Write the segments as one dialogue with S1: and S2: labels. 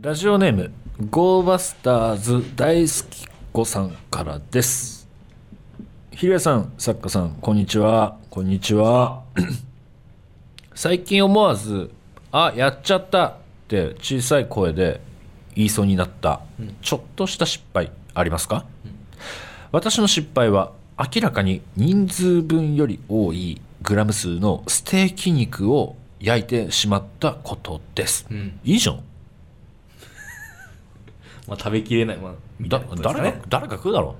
S1: ラジオネームゴーバスターズ大好き子さんからですひれさん作家さんこんにちはこんにちは 最近思わず「あやっちゃった」って小さい声で言いそうになった、ちょっとした失敗ありますか、私の失敗は明らかに人数分より多いグラム数のステーキ肉を焼いてしまったことです、
S2: ん
S1: いいじゃん
S2: まあ食べきれない、まあ、みたい
S1: だ
S2: なことですか
S1: 誰
S2: ね
S1: か誰か食うだろ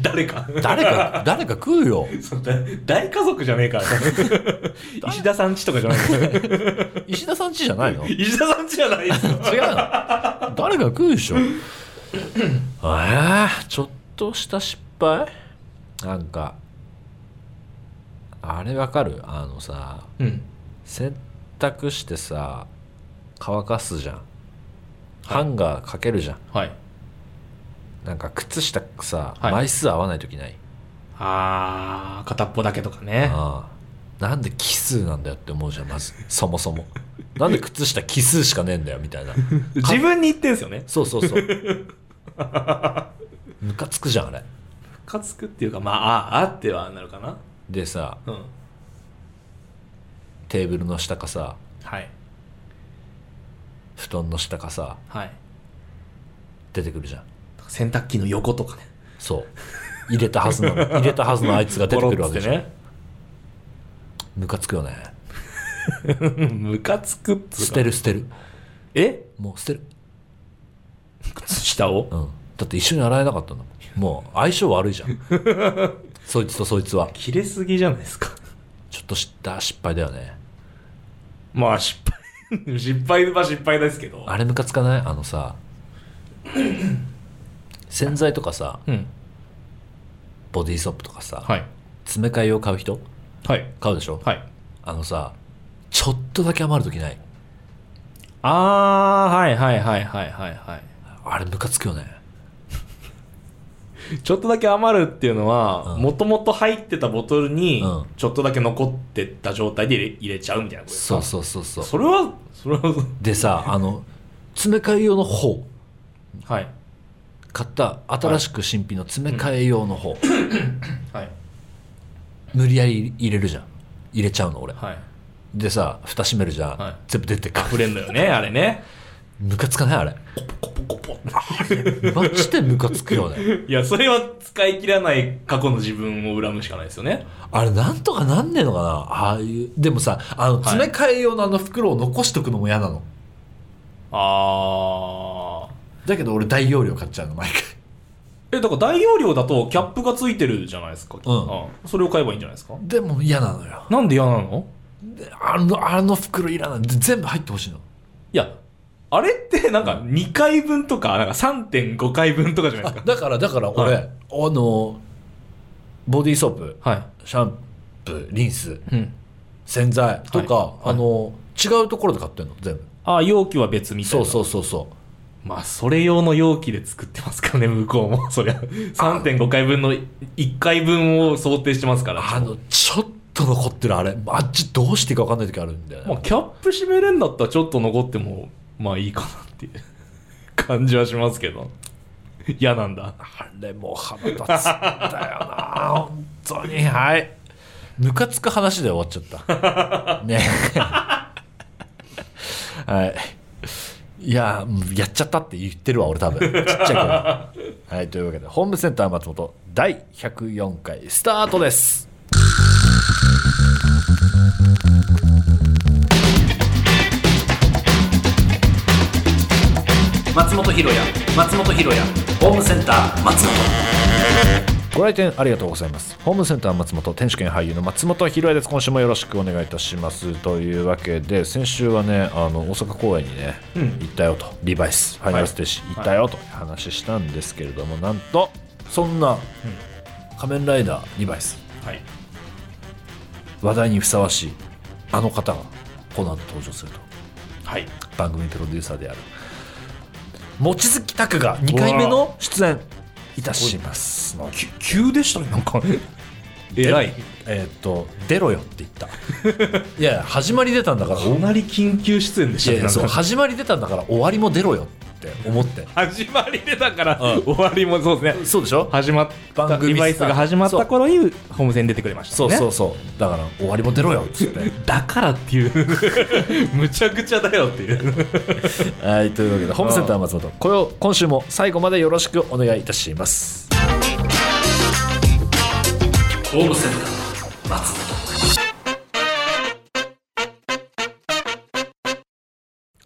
S2: 誰か
S1: 誰か 誰か食うよ
S2: そうだ大家族じゃねえ から石田さんちとかじゃない
S1: 石田さんちじゃないの違う
S2: 石田さんちじゃないですよ
S1: の誰か食うでしょえー、ちょっとした失敗なんかあれわかるあのさ
S2: うん
S1: 洗濯してさ乾かすじゃんハンガーかけるじゃん、
S2: はい
S1: なんか靴下さ、
S2: はい
S1: 枚数合わない時ない
S2: あー片っぽだけとかね
S1: ああなんで奇数なんだよって思うじゃんまずそもそもなんで靴下奇数しかねえんだよみたいな
S2: 自分に言ってんすよね
S1: そうそうそうムカつくじゃんあれ
S2: かつくっていうかまああーあーってはなるかな
S1: でさ
S2: うん
S1: テーブルの下かさ
S2: はい
S1: 布団の下かさ
S2: はい
S1: 出てくるじゃん
S2: 洗濯機の横とかね
S1: そう入れたはずの入れたはずのあいつが出てくるわけじゃん、
S2: ボロっ
S1: ムカつくよね
S2: つってねムカつくっつう
S1: 捨
S2: か
S1: てる捨てる
S2: え
S1: もう捨てる
S2: 靴下を
S1: うんだって一緒に洗えなかったのもう相性悪いじゃんそいつとそいつは
S2: 切れすぎじゃないですか
S1: ちょっと知った失敗だよね
S2: まあ失敗 失敗は失敗ですけど
S1: あれムカつかないあのさ洗剤とかさ
S2: うん
S1: ボディーソープとかさ、
S2: はい
S1: 詰め替えを買う人
S2: はい
S1: 買うでしょ、
S2: はい
S1: あのさちょっとだけ余る時ない
S2: あーはいはいはいはいはいは
S1: あれムカつくよね
S2: いちょっとだけ余るっていうのは
S1: うん
S2: もともと入ってたボトルに
S1: うん
S2: ちょっとだけ残ってた状態で入れ入れちゃうみたいなことです
S1: そ
S2: か
S1: うそうそうそう
S2: それはそれは
S1: でさあの詰め替え用の方
S2: はい
S1: 買った新しく新品の詰め替え用の方、
S2: はい
S1: 無理やり入れるじゃん入れちゃうの俺
S2: はい
S1: でさ蓋閉めるじゃん、
S2: はい
S1: 全部出てか
S2: 触れんのよねあれね
S1: ムカつかないあれ
S2: コポコポ
S1: マジでムカつくよね
S2: いやそれは使い切らない過去の自分を恨むしかないですよね
S1: あれなんとかなんねえのかなああいうでもさあの
S2: い
S1: 詰め替え用のあの袋を残しとくのも嫌なの
S2: ああ
S1: だけど俺大容量買っちゃうの毎回
S2: えだから大容量だとキャップがついてるじゃないですか、
S1: うん
S2: あそれを買えばいいんじゃないですか
S1: でも嫌なのよ
S2: なんで嫌なの
S1: あの、あの袋いらない。全部入ってほしいの。
S2: いやあれってなんか2回分とかなんか3.5回分とかじゃないで
S1: あ
S2: すか
S1: だから、だから俺、
S2: は
S1: あの、ボディーソープ、
S2: は
S1: シャンプー、リンス、
S2: い、うん、
S1: 洗剤とか、
S2: はいはい
S1: あの、違うところで買ってんの、全部。
S2: ああ容器は別みたい
S1: そ
S2: な
S1: うそうそうそう。
S2: まあそれ用の容器で作ってますからね向こうも そりゃ3.5回分の1回分を想定してますから
S1: あの、ちょっと残ってるあれ、あっちどうしていいか分かんない時あるんだよね。
S2: まあ、キャップ閉めれんだったらちょっと残ってもまあいいかなっていう 感じはしますけど嫌なんだ
S1: あれもう腹立つんだよ な本当にはいムカつく話で終わっちゃ ったねはいいやうんやっちゃったって言ってるわ俺多分ちっちゃい頃はいというわけでホームセンター松本第104回スタートです
S2: 松本ひろや松本ひろやホームセンター松本
S1: ご来店ありがとうございますホームセンター松本天主兼俳優の松本ひろやです今週もよろしくお願いいたしますというわけで先週はねあの大阪公演にね、行ったよとリバイスファイナルステージ行ったよと話したんですけれども、なんとそんな仮面ライダーリバイス
S2: はい
S1: 話題にふさわしいあの方がこの後登場すると
S2: はい
S1: 番組プロデューサーである望月拓が2回目の出演いたしますので
S2: 急でしたねなんか偉い
S1: えーっと出ろよって言った いやいや始まり出たんだから
S2: かなり緊急出演でした
S1: いやい
S2: ね
S1: やそう
S2: なんか
S1: 始まり出たんだから終わりも出ろよって思って
S2: 始まりでだから
S1: うん
S2: 終わりもそうですね
S1: そうでしょ
S2: 始まった
S1: 番組スタート
S2: リバイスが始まった頃にホームセン出てくれました
S1: そ
S2: も
S1: うん
S2: ね
S1: そうそうだから終わりも出ろよっつって
S2: だからっていう むちゃくちゃだよっていう
S1: はいというわけでホームセンター松本これを今週も最後までよろしくお願いいたします
S2: ホームセンター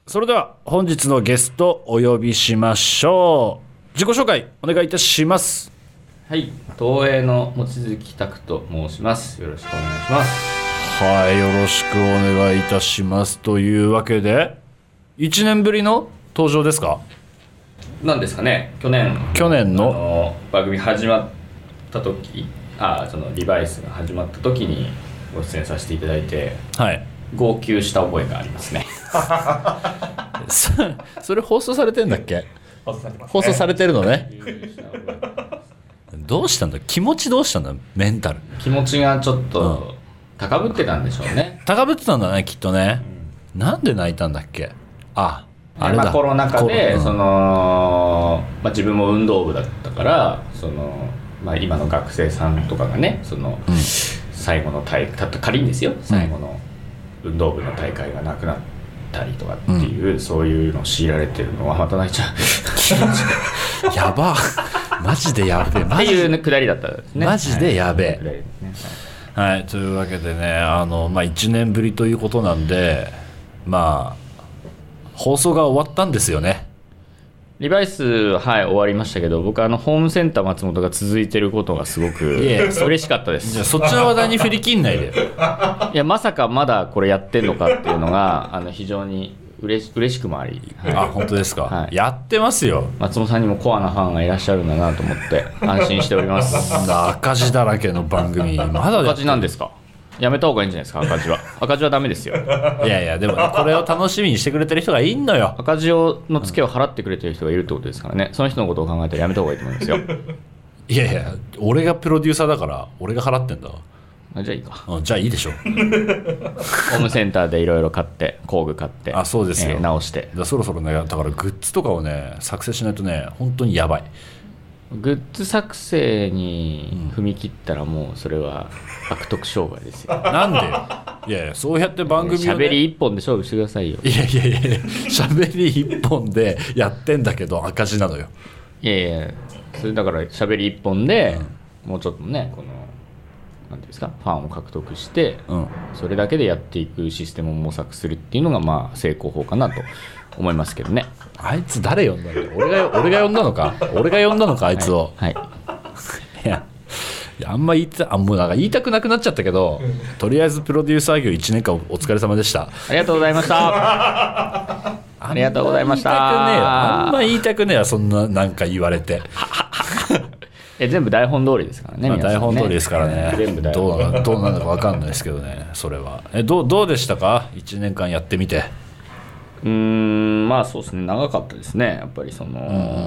S1: それでは本日のゲストお呼びしましょう自己紹介お願いいたします
S3: はい、東映の望月拓と申します。よろしくお願いします。
S1: はいよろしくお願いいたしますというわけで1年ぶりの登場ですか
S3: なんですかね、去年
S1: 去年
S3: あ
S1: の
S3: の番組始まった時、あ、そのリバイスが始まった時にご出演させていただいて
S1: はい
S3: 号泣した覚えがありますね。
S1: そ それ放送されてんだっけ放送されてるのねどうしたんだ気持ちどうしたんだメンタル
S3: 気持ちがちょっと高ぶってたんでしょうね。
S1: 高ぶってたんだねきっとね、なんで泣いたんだっけああれだ、
S3: まあ、コロナ禍で、
S1: コロ
S3: そ
S1: うん
S3: の、まあ、自分も運動部だったからその、まあ、今の学生さんとかがねその、最後の大会たった仮にですよ最後の運動部の大会がなくなったりとかっていう、そういうのを強いられてるのはまた泣いちゃう
S1: やばマジでやべえ
S3: っ
S1: マ
S3: て
S1: ジ
S3: いうねくだりだったんですね
S1: マジでやべえ
S3: はいくだりですね
S1: はい、というわけでねあの、まあ、1年ぶりということなんでまあ放送が終わったんですよね
S3: リバイスはい終わりましたけど僕あのホームセンター松本が続いてることがすごく
S1: いえそ
S3: 嬉しかったです
S1: じゃあそっちの話題に振り切んない でよ
S3: いやまさかまだこれやってんのかっていう のがあの非常に嬉し嬉しくもあり、はい
S1: あ本当ですか、
S3: はい
S1: やってますよ
S3: 松本さんにもコアなファンがいらっしゃるんだなと思って安心しております
S1: 赤字だらけの番 組まだ
S3: 赤字なん
S1: で
S3: ですかやめた方がいいんじゃないですか赤字は 赤字はダメですよ
S1: いやいやでも、ね、これを楽しみにしてくれてる人がいんのよ
S3: 赤字をのツケを払ってくれてる人がいるってことですからねその人のことを考えたらやめた方がいいと思い ますよ
S1: いやいや俺がプロデューサーだから俺が払ってんだ
S3: あじゃあいいか
S1: うんじゃあいいでしょだか
S3: ホームセンターでいろいろ買って工具買って
S1: あそうですよ
S3: 直して
S1: らそろそろねだからグッズとかをね作成しないとね本当にやばい
S3: グッズ作成に踏み切ったらもうそれは悪徳商売ですよ
S1: なんでいやいやそうやって番組を、ね、
S3: 喋り一本で勝負してくださいよ
S1: いやいやいやいや喋り一本でやってんだけど赤字なのよ
S3: いやいやそれだから喋り一本で、もうちょっとねこのなんていうんですかファンを獲得して、
S1: うん
S3: それだけでやっていくシステムを模索するっていうのがまあ成功法かなと思いますけどね
S1: あいつ誰呼んだの俺が俺が呼んだのか俺が呼んだのかあいつを、
S3: はい
S1: いやいやあんま言いたあもうなんか言いたくなくなっちゃったけど、とりあえずプロデューサー業1年間おお疲れ様でした
S3: ありがとうございました
S1: あ
S3: ありがとうございました
S1: んま言いたくねえよあんま言いたくねえよそんななんか言われて、
S3: え全部台本通りですからね,、
S1: まあ、台本通りですからね
S3: 全部台
S1: ど
S3: 本
S1: うなどうなのか分かんないですけどねそれはえどうどうでしたか1年間やってみて
S3: うーんまあそうですね長かったですねやっぱりそ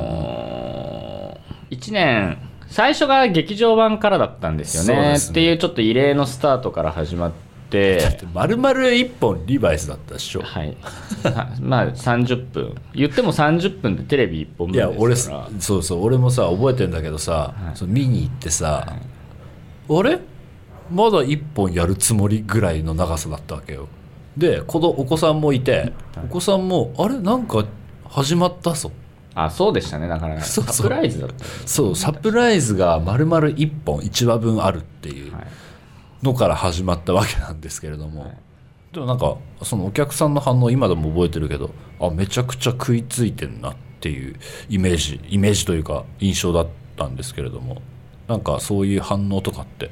S3: の、一1年最初が劇場版からだったんですよ
S1: そう
S3: ね
S1: ですね
S3: っていうちょっと異例のスタートから始ま って
S1: 丸々一本リバイスだったでしょ
S3: はいさまあ30分言っても30分でテレビ1本
S1: いや
S3: 分
S1: 俺
S3: ですから
S1: そうそう俺もさ覚えてんだけどさ、その見に行ってさ、あれまだ1本やるつもりぐらいの長さだったわけよでこのお子さんもいて、お子さんもあれなんか始まったぞ
S3: あそうでしたねだから
S1: そうそう
S3: サプライズだった
S1: そうサプライズが丸々1本1話分あるっていう
S3: はい
S1: のから始まったわけなんですけれども、でもなんかそのお客さんの反応今でも覚えてるけどあめちゃくちゃ食いついてんなっていうイメージイメージというか印象だったんですけれどもなんかそういう反応とかって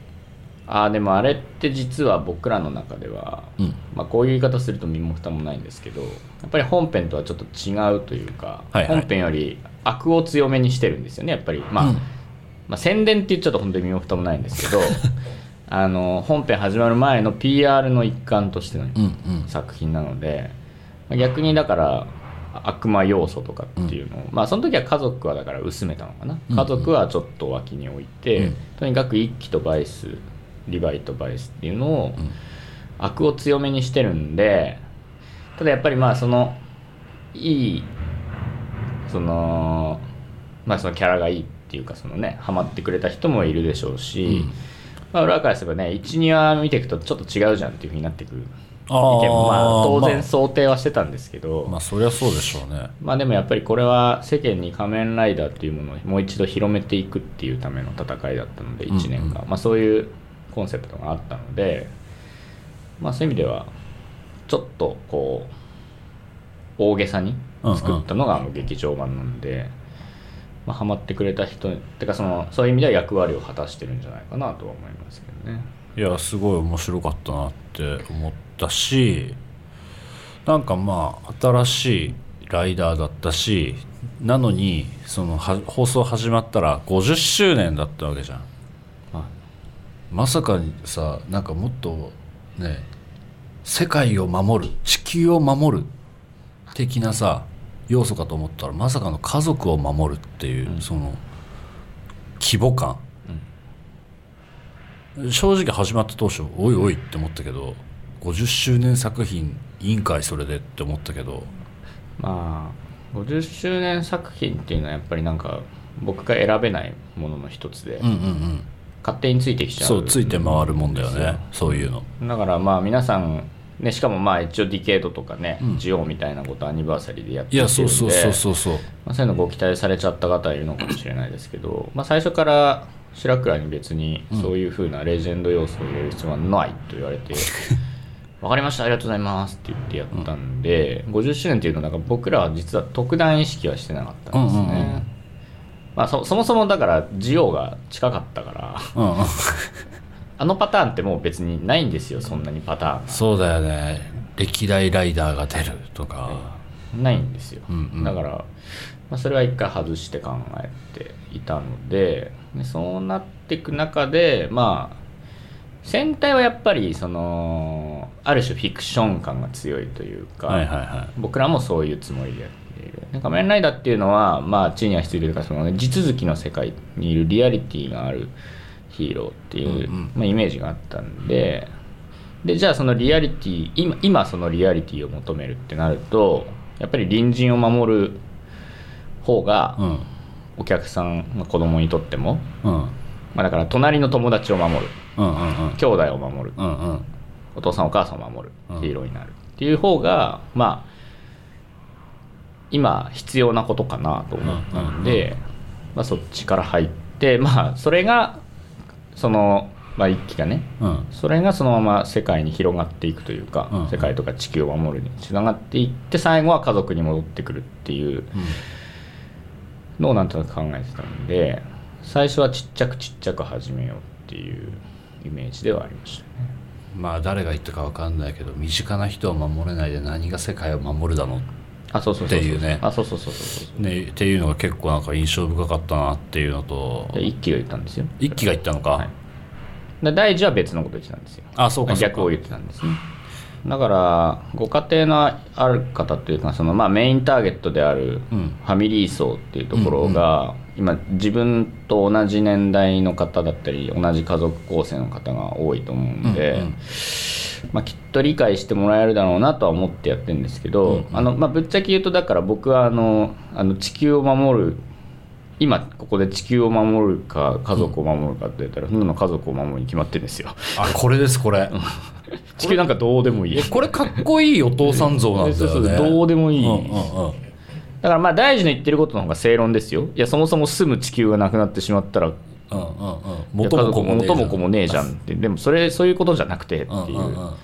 S3: あーでもあれって実は僕らの中では、
S1: うん
S3: まあ、こういう言い方すると身も蓋もないんですけどやっぱり本編とはちょっと違うというか、
S1: はいはい
S3: 本編より悪を強めにしてるんですよねやっぱり、まあ
S1: うん
S3: まあ、宣伝って言っちゃうと本当に身も蓋もないんですけど あの本編始まる前の PR の一環としての
S1: うんうん
S3: 作品なので、まあ逆にだから悪魔要素とかっていうのを、まあその時は家族はだから薄めたのかな
S1: うん
S3: 家族はちょっと脇に置いて、
S1: うん
S3: とにかく一輝とバイスリバイとバイスっていうのを、アクを強めにしてるんでただやっぱりまあそのいいそのまあそのキャラがいいっていうかそのねハマってくれた人もいるでしょうし、まあ裏からすればね12話見ていくとちょっと違うじゃんっていうふうになってくる意見もまあ当然想定はしてたんですけど、
S1: まあそりゃそうでしょうね
S3: まあでもやっぱりこれは世間に仮面ライダーっていうものをもう一度広めていくっていうための戦いだったので
S1: うんうん
S3: 1年間、まあ、そういうコンセプトがあったので、まあ、そういう意味ではちょっとこう大げさに作ったのがあの劇場版なんで、まあ、ハマってくれた人てかそのそういう意味では役割を果たしてるんじゃないかなとは思いますけどね。
S1: いやすごい面白かったなって思ったしなんかまあ新しいライダーだったしなのにそのは放送始まったら50周年だったわけじゃん
S3: は
S1: まさかにさなんかもっとね世界を守る地球を守る的なさ要素かと思ったらまさかの家族を守るっていう、その規模感、正直始まった当初おいおいって思ったけど50周年作品委員会それでって思ったけど
S3: まあ50周年作品っていうのはやっぱりなんか僕が選べないものの一つで、
S1: うんうんうん
S3: 勝手についてきちゃう
S1: そうついて回るもんだよねそういうの
S3: だからまあ皆さん、ね、しかもまあ一応ディケードとかね、
S1: うん
S3: ジオみたいなことアニバーサリーでやって
S1: い
S3: きてるん
S1: や
S3: で
S1: そうそうそうそうそう
S3: まあ、そういうのご期待されちゃった方いるのかもしれないですけど、まあ、最初から白倉に別にそういうふうなレジェンド要素を入れる必要はないと言わ れて「わかりましたありがとうございます」って言ってやったんで、50周年っていうのはなんか僕らは実は特段意識はしてなかったんですね、
S1: うんうんうん
S3: まあ、そそもそもだからジオが近かったから
S1: うんうん
S3: あのパターンってもう別にないんですよそんなにパターン
S1: そうだよね歴代ライダーが出るとか、
S3: がないんですよ、
S1: うんうん
S3: だから、まあ、それは一回外して考えていたのででそうなっていく中でまあ戦隊はやっぱりそのある種フィクション感が強いというか、
S1: はいはいは
S3: 僕らもそういうつもりでやっているなんか仮面ライダーっていうのはまあ地に足ついてるというかその、ね、地続きの世界にいるリアリティがあるヒーローっていう、
S1: うんうん
S3: まあ、イメージがあったんででじゃあそのリアリティ今今そのリアリティを求めるってなるとやっぱり隣人を守る方が
S1: い
S3: お客さん、まあ、子供にとっても、
S1: うんうん
S3: まあ、だから隣の友達を守る
S1: うんうんうん
S3: 兄弟を守る
S1: うんうん
S3: お父さんお母さんを守る
S1: うん
S3: ヒーローになるっていう方が、まあ今必要なことかなと思ったんで、まあ、そっちから入ってまあそれがその、まあ、一期がね
S1: うん
S3: それがそのまま世界に広がっていくというか、
S1: うん
S3: 世界とか地球を守るにつながっていって最後は家族に戻ってくるっていうのをなんとなく考えてたんで最初はちっちゃくちっちゃく始めようっていうイメージではありましたね。
S1: まあ誰が言ったかわかんないけど身近な人は守れないで何が世界を守るだの
S3: あそうそうそうそ
S1: ってい
S3: う
S1: うね
S3: あそうそうそうそうそう
S1: ねっていうのが結構なんか印象深かったなっていうのと
S3: で一気が言ったんですよ
S1: 一気が言ったのか、
S3: はいで第一は別のこと言ってたんですよ
S1: あそうかそうか
S3: 逆を言ってたんですねだからご家庭のある方というかその、まあ、メインターゲットであるフ
S1: うん
S3: ァミリー層っていうところが、今自分と同じ年代の方だったり同じ家族構成の方が多いと思うんで、
S1: うんうん
S3: まあ、きっと理解してもらえるだろうなとは思ってやってるんですけど、あのまあ、ぶっちゃけ言うとだから僕はあのあの地球を守る今ここで地球を守るか家族を守るかって言ったら、そんなの家族を守るに決まってるんですよ
S1: あこれですこれ
S3: 地球なんかどうでもいい
S1: えこれかっこいいお父さん像なんだ
S3: そうそ
S1: よ
S3: う
S1: ね
S3: どうでもいい、
S1: うんうんうん
S3: だからまあ大事の言ってることの方が正論ですよいやそもそも住む地球がなくなってしまったら
S1: うんうんうん
S3: いや
S1: 元も子もねえじゃ
S3: 家族
S1: ん
S3: 元も子もねえじゃんってでもそれそういうことじゃなくてっていう,、
S1: うんうんうん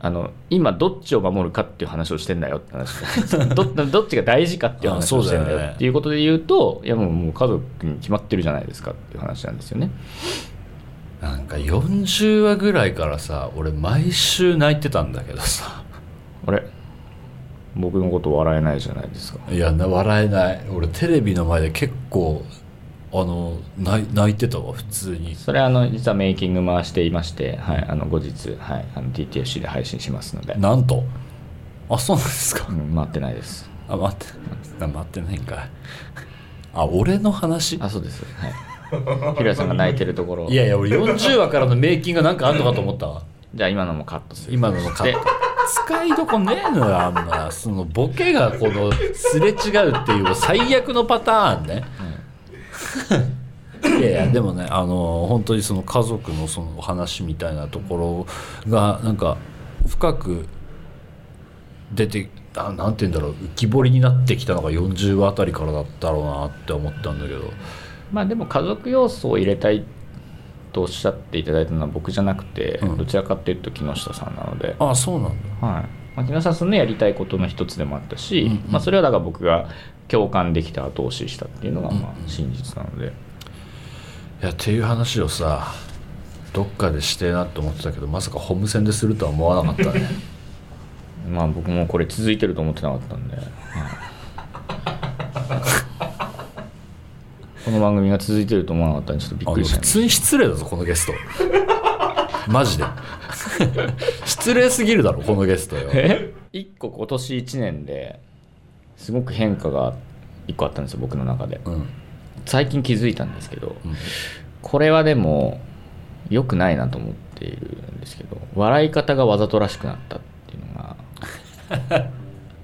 S3: あの今どっちを守るかっていう話をしてんだよって 話どどっちが大事かっていう話をしてんだ
S1: あそうだよ
S3: よ
S1: ね
S3: っていうことで言うといやもうもう家族に決まってるじゃないですかっていう話なんですよね
S1: なんか40話ぐらいからさ俺毎週泣いてたんだけどさ
S3: あれ僕のこと笑えないじゃないですか
S1: いやな笑えない俺テレビの前で結構あの泣い泣いてたわ普通に
S3: それあの実はメイキング回していまして、はい、あの後日、はい、あの TTFC で配信しますので、
S1: なんとあそうなんですか
S3: うん、待ってないです
S1: あ待ってあ待ってないんかいあ俺の話
S3: あそうです、はい、平井さんが泣いてるところ
S1: いやいや俺40話からの名金がなんかあんのかと思ったわ
S3: じゃあ今のもカットする
S1: 今ののカット
S3: で
S1: 使いどこねえのよあんなそのボケがこのすれ違うっていう最悪のパターンね、いやいやでもねあの本当にその家族のその話みたいなところがなんか深く出てあなんて言うんだろう浮き彫りになってきたのが40話あたりからだったろうなって思ったんだけど
S3: まあでも家族要素を入れたいとおっしゃっていただいたのは僕じゃなくて、
S1: うん
S3: どちらかっていうと木下さんなので、
S1: ああそうなんだ
S3: はいまあ、木下さんのやりたいことの一つでもあったし、
S1: うんうん
S3: まあ、それはだから僕が共感できた後押ししたっていうのがま
S1: うんうん
S3: あ真実なので、
S1: いやっていう話をさどっかでしてえなって思ってたけどまさかホーム戦でするとは思わなかった ね
S3: まあ僕もこれ続いてると思ってなかったんで、はいこの番組が続いてると思わなかったんでちょっとびっ
S1: あ
S3: く
S1: の
S3: りし
S1: 普
S3: ました
S1: 通に失礼だぞこのゲスト マジで 失礼すぎるだろこのゲストよ
S3: え一個今年1年ですごく変化が一個あったんですよ僕の中で
S1: うんうん
S3: 最近気づいたんですけどこれはでも良くないなと思っているんですけど笑い方がわざとらしくなったっていうのが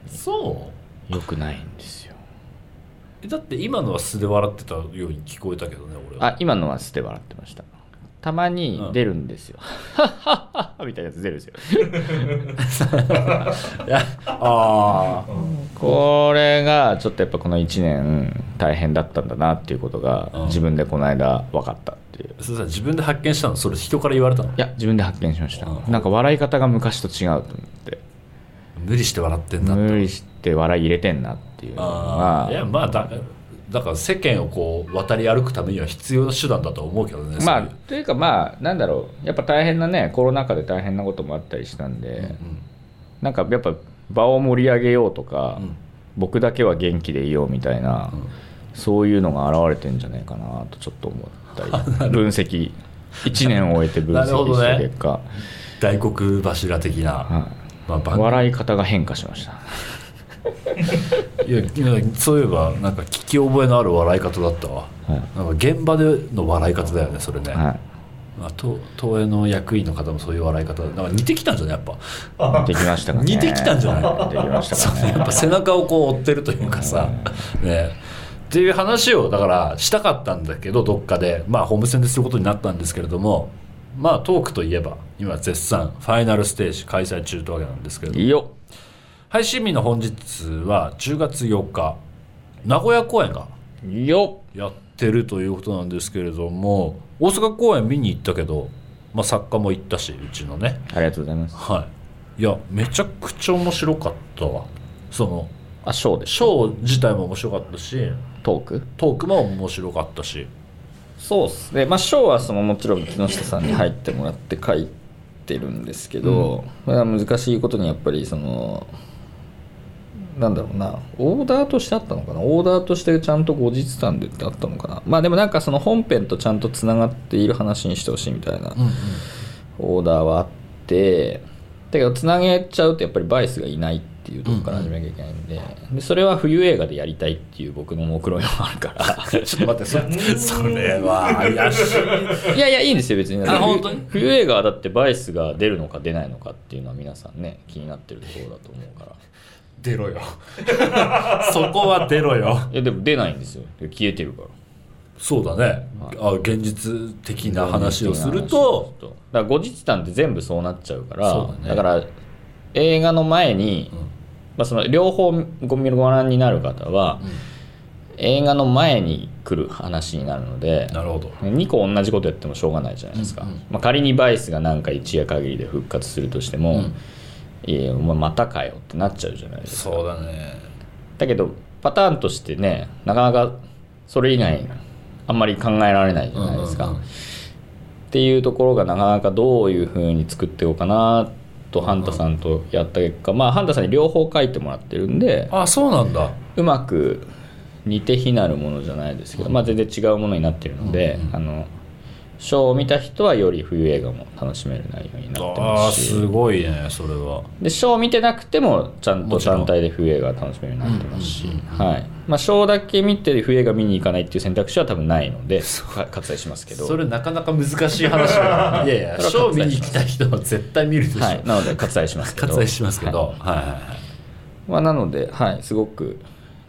S1: そ
S3: 良くないんですよ
S1: うだって今のは素で笑ってたように聞こえたけどね俺は
S3: あ今のは捨て笑ってましたたまに出るんですよ、 みたいなやつ出るんですよ
S1: ああ
S3: これがちょっとやっぱこの1年大変だったんだなっていうことが
S1: うん
S3: 自分でこの間分かったっていう
S1: それさ自分で発見したのそれ人から言われたの
S3: いや自分で発見しました
S1: うん
S3: なんか笑い方が昔と違うと思って
S1: 無理して笑ってんなって
S3: 無理して笑い入れてんなっていうの
S1: ああいや
S3: が
S1: まあだからだから世間をこう渡り歩くためには必要な手段だとは思うけどね
S3: ま
S1: そ
S3: あ
S1: ういう
S3: というかまあなんだろうやっぱ大変なねコロナ禍で大変なこともあったりしたんで、なんかやっぱ場を盛り上げようとか、
S1: うん
S3: 僕だけは元気でいようみたいな、
S1: うん
S3: そういうのが現れてんじゃないかなとちょっと思った り分析1年を終えて 分
S1: なるほ
S3: 析
S1: ど
S3: し
S1: ね
S3: た結果、
S1: 大黒柱的な、
S3: は
S1: まあ、
S3: い、
S1: 番
S3: 笑い方が変化しました
S1: いやなんかそういえばなんか聞き覚えのある笑い方だったわ、
S3: はい
S1: なんか現場での笑い方だよねそれね、
S3: は
S1: まあ、東東映の役員の方もそういう笑い方なんか似てきたんじゃないやっぱ
S3: い、できましたかね
S1: 似てきたんじゃない
S3: はいできまし た
S1: そ
S3: か
S1: う
S3: ね
S1: ねやっぱ背中をこう追ってるというかさ、ねっていう話をだからしたかったんだけどどっかでまあホーム戦ですることになったんですけれどもまあトークといえば今絶賛ファイナルステージ開催中というわけなんですけれども
S3: いいよ
S1: 配信日の本日は10月8日名古屋公演が
S3: いいよ
S1: やってるということなんですけれども大阪公演見に行ったけど、まあ、作家も行ったしうちのね
S3: ありがとうございます
S1: はいいやめちゃくちゃ面白かったわその
S3: あショーでし
S1: ショー自体も面白かったし
S3: トーク
S1: トークも面白かったし
S3: そうっすねまあショーはそのもちろん木下さんに入ってもらって書いてるんですけど、これは難しいことにやっぱりそのなんだろうなオーダーとしてあったのかなオーダーとしてちゃんと後日談でってあったのかなまあでもなんかその本編とちゃんとつながっている話にしてほしいみたいなオーダーはあってだけどつなげちゃうとやっぱりバイスがいないっていうところから始めなきゃいけないんで,、でそれは冬映画でやりたいっていう僕の目論見もあるから
S1: ちょっと待ってそれそれは怪しい
S3: いやいやいいんですよ別に
S1: あ本当に
S3: 冬映画はだってバイスが出るのか出ないのかっていうのは皆さんね気になってるところだと思うから
S1: 出ろよ そこは出ろよ
S3: いやでも出ないんですよ消えてるから
S1: そうだね、あ現実的な話をすると
S3: だから後日談って全部そうなっちゃうから
S1: そうだね
S3: から映画の前に、まあ、その両方ご見ご覧になる方は、映画の前に来る話になるので
S1: なるほど
S3: 2個同じことやってもしょうがないじゃないですか、
S1: うんうん
S3: まあ、仮にバイスがなんか一夜限りで復活するとしても、
S1: うん
S3: いやいやお前またかよってなっちゃうじゃないですか
S1: そうだね
S3: だけどパターンとしてねなかなかそれ以外あんまり考えられないじゃないですか、
S1: うんうんうん
S3: っていうところがなかなかどういうふうに作っていこうかなとハンタさんとやった結果、まあハンタさんに両方書いてもらってるんで
S1: あそうなんだ
S3: うまく似て非なるものじゃないですけど、まあ、全然違うものになってるので、あのショーを見た人はより冬映画も楽しめる内容になって
S2: あ
S3: ま
S2: あ
S3: す
S2: す
S3: し
S2: ごいねそれは
S3: でショーを見てなくてもちゃんと
S2: もちろん
S3: 単体で冬映画は楽しめるようになってますし、はいまあ、ショーだけ見て冬映画見に行かないっていう選択肢は多分ないのでか割愛しますけど
S1: それなかなか難しい話 だないやい や
S3: それ
S1: 賞
S3: は
S1: 見に来た人は絶対見るでしょ、
S3: はい、なので割愛しますけど
S1: 割愛しますけ
S3: は
S1: ど、
S3: い
S1: はいはいはい
S3: まあ、なので、はい、すごく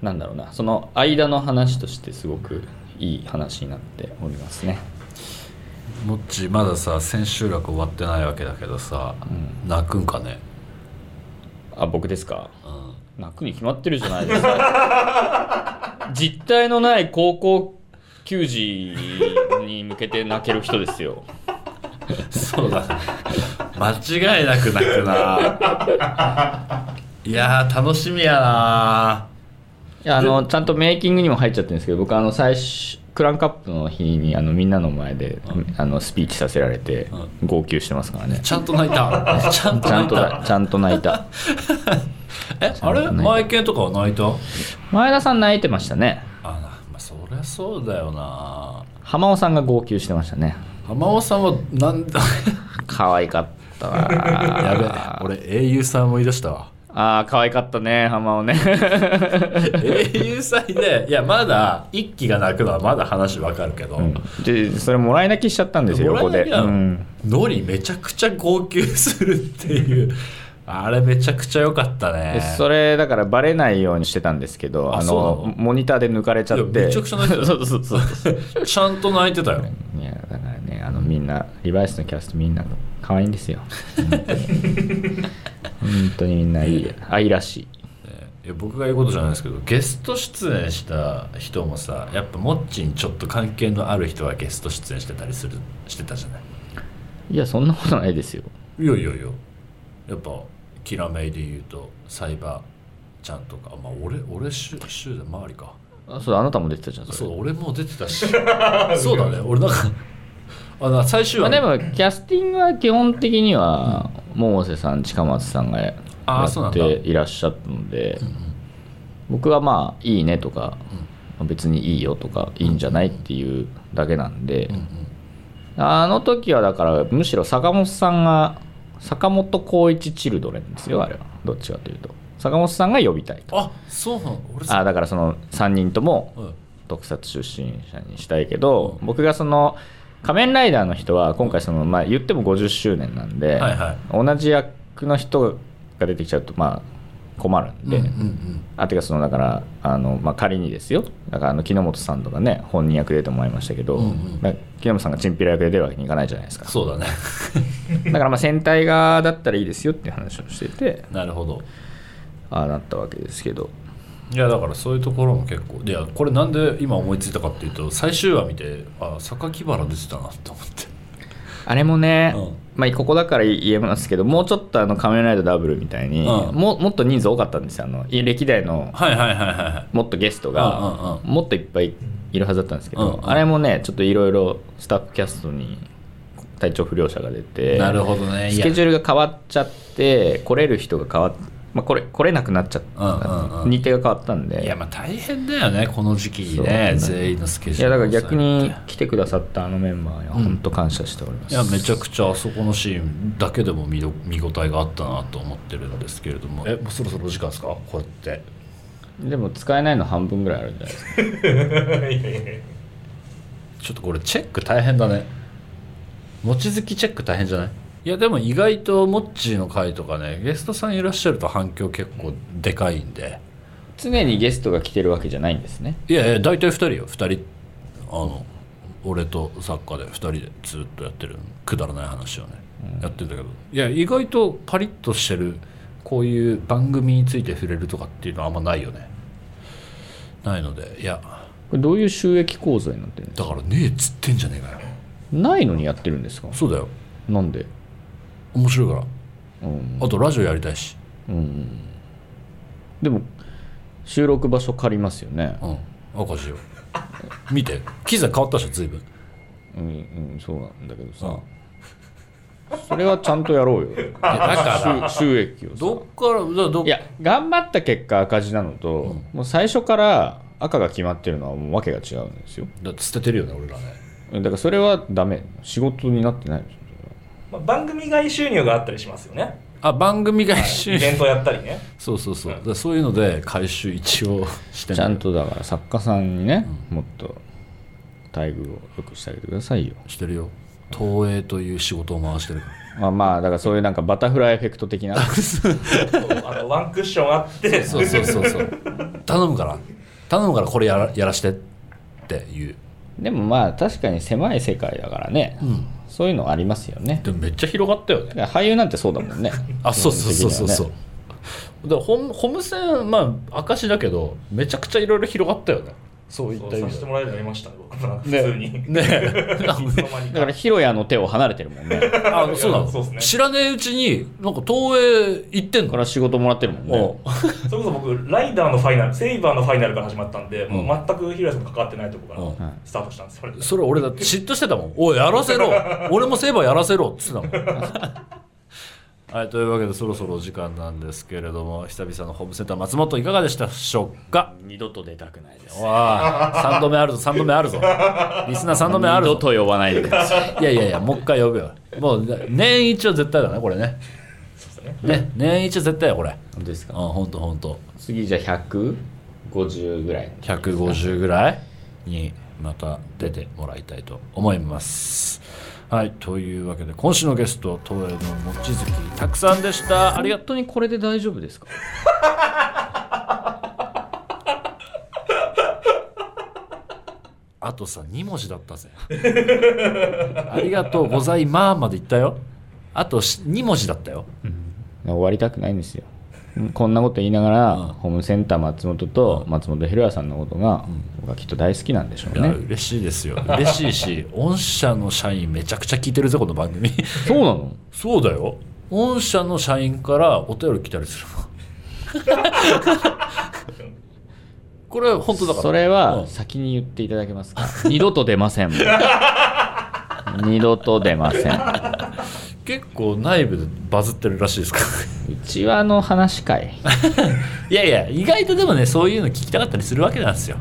S3: なんだろうなその間の話としてすごくいい話になっておりますね
S1: もっちまださ千秋楽終わってないわけだけどさ、
S3: う
S1: 泣くんかね、
S3: あ僕ですか
S1: うん、
S3: 泣くに決まってるじゃないですか 実体のない高校球児に向けて泣ける人ですよ
S1: そうだね間違いなく泣くな いやー楽しみやない
S3: やあのちゃんとメイキングにも入っちゃってるんですけど僕あの最初クランクアップの日にあのみんなの前で、あのスピーチさせられて、号泣してますからね
S1: ちゃんと泣い たちゃんと
S3: ちゃ
S1: 泣
S3: ん
S1: い
S3: と
S1: た
S3: だちゃんと泣いた
S1: えあれ前犬とかは泣いた
S3: 前田さん泣いてましたね
S1: あなまあそりゃそうだよな
S3: 浜尾さんが号泣してましたね
S1: 浜尾さんはなん だ
S3: 可愛かったわ
S1: や べ俺英雄さん思い出したわ
S3: ああ可愛かったね浜尾ね
S1: 英雄祭でいやまだ一期が泣くのはまだ話わかるけど、
S3: でそれもらい泣きしちゃったんですよ
S1: も
S3: 横
S1: らえ
S3: で、
S1: なきゃ
S3: うん、
S1: ノリめちゃくちゃ号泣するっていうあれめちゃくちゃ良かった
S3: で
S1: ね
S3: それだからバレないようにしてたんですけど
S1: あ
S3: あ
S1: そう
S3: の
S1: なの
S3: モニターで抜かれちゃっ
S1: いや
S3: て
S1: めちゃくちゃ泣いてた
S3: そうそうそうそう
S1: ちゃんと泣いてたよ
S3: いやだからねあのみんなリバイスのキャストみんな可愛いんですよ 本当に本当にみんないい愛らしい
S1: いや僕が言うことじゃないですけどゲスト出演した人もさやっぱモッチにちょっと関係のある人がゲスト出演してたりするしてたじゃない
S3: いやそんなことないですよ
S1: いやいやいややっぱキラメイで言うとサイバーちゃんとかあまあ俺俺シュシュで周りか
S3: あそうあなたも出てたじゃんそ
S1: そ
S3: れ
S1: う俺もう出てた しそうだね俺なんかあの最終
S3: まあ、
S1: 話
S3: でもキャスティングは基本的には百瀬さん近松さんがや
S1: あーそうな
S3: っ
S1: んだ
S3: ていらっしゃったので僕はまあいいねとか、まあ別にいいよとかいいんじゃないっていうだけなんで、あの時はだからむしろ坂本さんが坂本浩一チルドレンですよあれはどっちかというと坂本さんが呼びたいと
S1: あそうなの俺さ
S3: あーだからその3人とも
S1: うん
S3: 特撮出身者にしたいけど、僕がその「仮面ライダー」の人は今回その、まあ、言っても50周年なんで、
S1: はいは
S3: 同じ役の人が出てきちゃうとまあ困るんで、
S1: うんうん
S3: あてかそのだからあの、まあ、仮にですよだからあの木之本さんとかね本人役出てもらいましたけど、
S1: うんうん
S3: だから木之本さんがチンピラ役で出るわけにいかないじゃないですか
S1: そうだね
S3: だからまあ戦隊側だったらいいですよっていう話をしてて
S1: なるほど
S3: ああなったわけですけど
S1: いやだからそういうところも結構いやこれなんで今思いついたかっていうと最終話見てあ榊原出てたなと思って
S3: あれもね、
S1: うん
S3: まあここだから言えますけどもうちょっとあの「仮面ライダーダブル」みたいに、
S1: うん
S3: ももっと人数多かったんですよあのい歴代の
S1: はいはいはいは
S3: もっとゲストが
S1: うん
S3: もっといっぱいいるはずだったんですけど、
S1: うんうん
S3: あれもねちょっといろいろスタッフキャストに体調不良者が出て
S1: なるほどねいや
S3: スケジュールが変わっちゃって来れる人が変わっ、まあ、これ来れなくなっちゃった、
S1: うんうんうん
S3: 日程が変わったんで
S1: いやまあ大変だよねこの時期に
S3: そう
S1: ね
S3: だね
S1: 全員のスケ
S3: い
S1: ジュ
S3: や
S1: ー
S3: だ
S1: ル
S3: から
S1: を
S3: 逆
S1: 抑え
S3: に
S1: て
S3: 来てくださったあのメンバーには本当感謝しております、
S1: いやめちゃくちゃあそこのシーンだけでも見ど見応えがあったなと思ってるんですけれどもえもうそろそろお時間ですかこうやって
S3: でも使えないの半分ぐらいあるんじゃないですか
S1: ちょっとこれチェック大変だね望月チェック大変じゃないいやでも意外とモッチーの回とかねゲストさんいらっしゃると反響結構でかいんで
S3: 常にゲストが来てるわけじゃないんですね
S1: いやいや大体2人よ2人あの俺と作家で2人でずっとやってるくだらない話をね、やってるんだけどいや意外とパリッとしてるこういう番組について触れるとかっていうのはあんまないよねないのでいや
S3: これどういう収益構造になってるんです
S1: だからねえっつってんじゃねえかよ
S3: ないのにやってるんですか
S1: そうだよ
S3: なんで
S1: 面白いから
S3: うん、
S1: あとラジオやりたいし
S3: うん、でも収録場所借りますよね
S1: うん赤字よ見て機材変わったでしょ随分
S3: うんうんそうなんだけどさそれはちゃんとやろうよ
S1: だから
S3: 収収益をさ
S1: どっからだからどっ
S3: いや頑張った結果赤字なのと、もう最初から赤が決まってるのはもう訳が違うんですよ
S1: だって捨ててるよね俺らね
S3: だからそれはダメ仕事になってないですよ
S2: まあ、番組外収入があったりしますよね
S1: あ番組が一
S2: イ
S1: 周
S2: ベントやったりね
S1: そうそうそう
S2: うん
S1: だからそういうので回収一応して
S3: ちゃんとだから作家さんにね、もっと待遇を良くしてあげてくださいよ
S1: してるよ東映という仕事を回してるから
S3: まあまあだからそういうなんかバタフライエフェクト的な
S2: あのワンクッションあっ て
S1: そうそうそうそう頼むから頼むからこれやらやらしてっていう
S3: でもまあ確かに狭い世界だからね、そういうのありますよね
S1: でもめっちゃ広がったよね
S3: だから俳優なんてそうだもんね
S1: あそうそうそうそうそう、
S3: 基本
S1: だ
S3: 的にはね
S1: からホムホームセンまあ証だけどめちゃくちゃいろいろ広がったよねそういった意
S2: させ
S1: 味
S2: て
S1: で
S2: もらえるようになりましたね僕も普通に、
S1: ねえあ
S2: いつの間に
S3: だからヒロヤの手を離れてるも んねだ
S1: あのそうなの
S2: そうっすね
S1: 知らねえうちになんか東映行ってん
S3: か
S1: の
S3: ら仕事もらってるもんね
S1: おう
S2: それこそ僕ライダーのファイナルセイバーのファイナルから始まったんで、もう全く平井さんと関わってないところか
S3: う
S2: ら
S3: ん
S2: スタートしたんですよ、
S1: それ俺だって嫉妬してたもん「おいやらせ ろ俺もセーバーやらせろ」っつってたもんはいというわけでそろそろお時間なんですけれども久々のホームセンター松本いかがでしたでしょうか
S3: 二度と出たくないです
S1: わあ3度目あるぞ3度目あるぞリスナー3度目あ
S3: 二
S1: る
S3: 度
S1: ぞ
S3: と呼ばないでください
S1: いやいやいやもう一回呼ぶよもう年一は絶対だねこれねね年一は絶対やこれ
S3: 本当です
S1: うん
S3: か
S1: ほんとほんと
S3: 次じゃあ150ぐらい
S1: 150ぐらいにまた出てもらいたいと思います。はい、というわけで今週のゲスト東映の望月拓さんでした。ありがとう。
S3: 本当にこれで大丈夫ですか
S1: あとさ2文字だった ぜ。ありがとうございまーまで言ったよ。あと2文字だったよ。
S3: 終わりたくないんですよこんなこと言いながら、ホームセンター松本と松本博也さんのことが、僕はきっと大好きなんでしょ
S1: いうや、
S3: ね
S1: 嬉しいです よ。嬉しいし、御社の社員めちゃくちゃ聞いてるぜこの番組。
S3: そうなの
S1: そうだよ。御社の社員からお便り来たりす るもん。これ本当だから。
S3: それ
S1: う
S3: は
S1: ん
S3: 先に言っていただけますか二度と出ません 二度と出ませんう
S1: 結構内部でバズってるらしいですから
S3: ちはの話かい
S1: いやいや意外とでもねそういうの聞きたかったりするわけなんですよ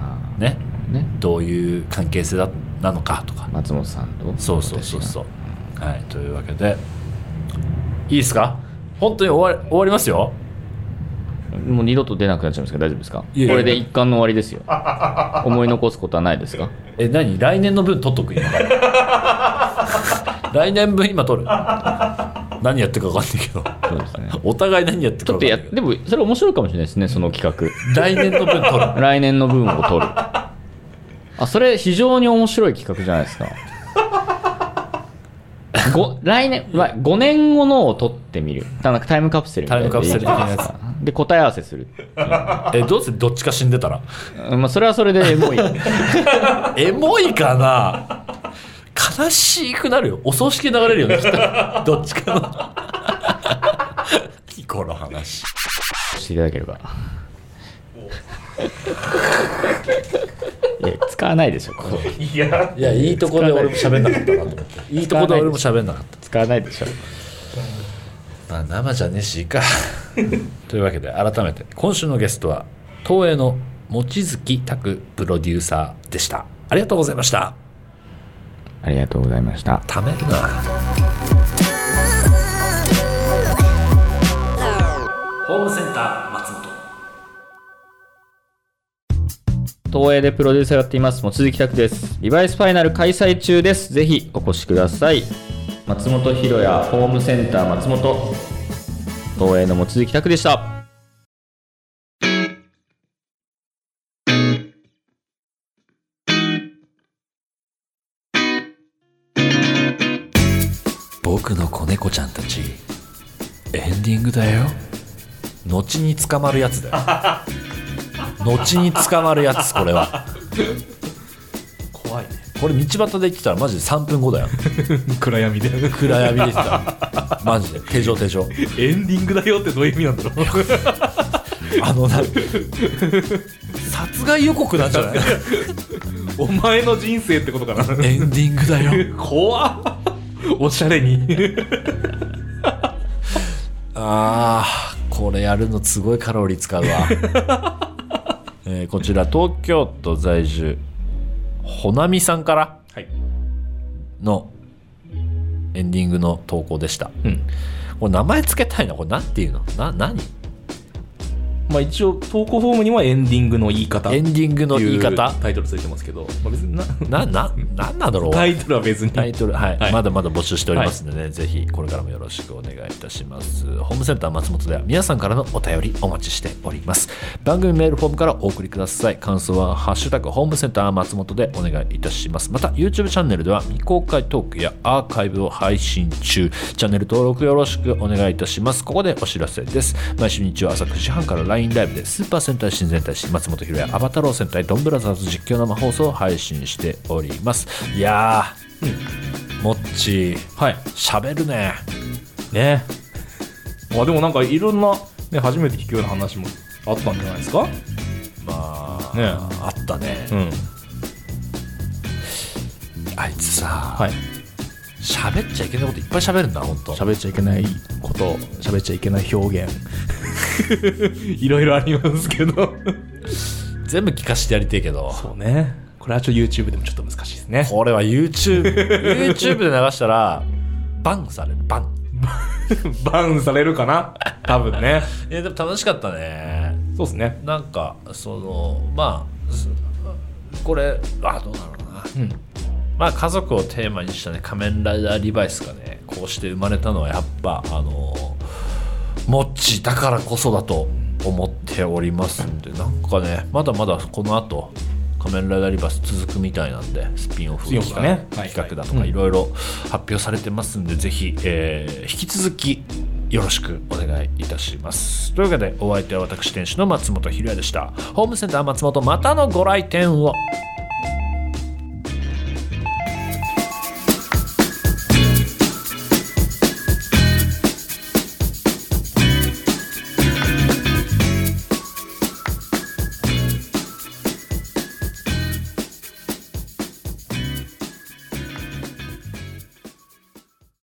S3: あ
S1: ね
S3: ーね
S1: どういう関係性だなのかとか
S3: 松本さんと
S1: そうそうそうそうはいというわけでいいですか本当に終わり終わりますよ
S3: もう二度と出なくなっちゃいますけど大丈夫ですか
S1: いやいや
S3: これで一巻の終わりですよ思い残すことはないですか
S1: え何来年の分取っとく今から来年分今取る何やってるか分かんない
S3: そうですね
S1: けどお互い何やってる
S3: ち
S1: か
S3: ょっ
S1: 分
S3: と
S1: かんない
S3: や
S1: け
S3: で
S1: ど
S3: もそれ面白いかもしれないですねその企画
S1: 来年の分取る
S3: 来年の分を取るあそれ非常に面白い企画じゃないですかご来年、まあ、5年後のを取ってみるたなんかタイムカプセルみたいな
S1: タイムカプセル的なやつ
S3: でいいじゃないですかで答え合わせする、
S1: えどうせどっちか死んでたら
S3: うんまあ、それはそれでもういい
S1: エモいかな悲しくなるよ。お葬式で流れるよね、きっと。どっちかの。 この話。
S3: していただければいや使わないでしょここ
S2: いや
S1: いや、いいとこで俺も喋んなかったなと思って。いいとこで俺も喋んなかっ
S3: 使わないでしょ
S1: た。まあ、生じゃねえし、いいか。 というわけで、改めて、今週のゲストは、東映の望月拓プロデューサーでした。ありがとうございました。
S3: ありがとうございました
S1: ためるな。ホームセンター松本。
S3: 東映でプロデューサーやっています望月拓ですリバイスファイナル開催中ですぜひお越しください松本ひろやホームセンター松本東映の望月拓でした
S1: 僕の子猫ちゃんたちエンディングだよ後に捕まるやつ だよ後に捕まるやつこれは
S4: 怖いね
S1: これ道端で言ってたらマジで3分後だよ
S4: 暗闇で
S1: 暗闇で言ってたらマジで手錠手錠
S4: エンディングだよってどういう意味なんだろう
S1: あの な殺害予告なんじゃない
S4: お前の人生ってことかな
S1: エンディングだよ
S4: 怖っおしゃれに
S1: あーこれやるのすごいカロリー使うわ、えーこちら東京都在住ほなみさんから
S2: はい
S1: のエンディングの投稿でした。
S2: うん
S1: これ名前つけたいな。これなんていうのな、何
S2: まあ一応投稿フォームにはエンディングの言い方
S1: エンディングの言い
S2: っ
S1: 方
S2: ていうタイトルついてますけど、まあ、別にな
S1: な、な、なんなんだろう
S2: タイトルは別に
S1: タイトル、はい、
S2: はい
S1: まだまだ募集しておりますのでね、ぜひこれからもよろしくお願いいたします。ホームセンター松本では皆さんからのお便りお待ちしております。番組メールフォームからお送りください。感想はハッシュタグホームセンター松本でお願いいたします。また YouTube チャンネルでは未公開トークやアーカイブを配信中。チャンネル登録よろしくお願いいたします。ここでお知らせです。毎週日曜朝9時半から LINE ライブでスーパー戦隊新戦隊新松本ひろやアバタロー戦隊ドンブラザーズ実況生放送を配信しております。いやー、もっち
S2: はい
S1: 喋るね
S2: ねまあでもなんかいろんな、ね、初めて聞くような話もあったんじゃないですか
S1: まあ
S2: ね
S1: あったね
S2: うん
S1: あいつさ
S2: はい
S1: 喋、っちゃいけないこといっぱい喋るんだほんと
S2: 喋っちゃいけないこと喋っちゃいけない表現 いろいろありますけど
S1: 全部聞かせてやりてえけど
S2: そうねこれはちょっと YouTube でもちょっと難しいですね
S1: これは YouTubeYouTube で流したらバンされるバン
S2: バンされるかな多分ね
S1: えでも楽しかったね
S2: そうですね
S1: なんかそのまあすこれあどうなのかな
S2: うん
S1: まあ家族をテーマにしたね仮面ライダーリバイスがねこうして生まれたのはやっぱあのモッチーだからこそだと思っておりますんでなんかねまだまだこの後仮面ライダーリバイス続くみたいなんでスピンオフ
S2: スピンオフ
S1: 企
S2: が
S1: 画,、
S2: ね
S1: 企画だと
S2: は
S1: か
S2: い
S1: いろいろ発表されてますんで、ぜひ、えー引き続きよろしくお願いいたしますというわけでお相手は私店主の松本ひろやでしたホームセンター松本またのご来店を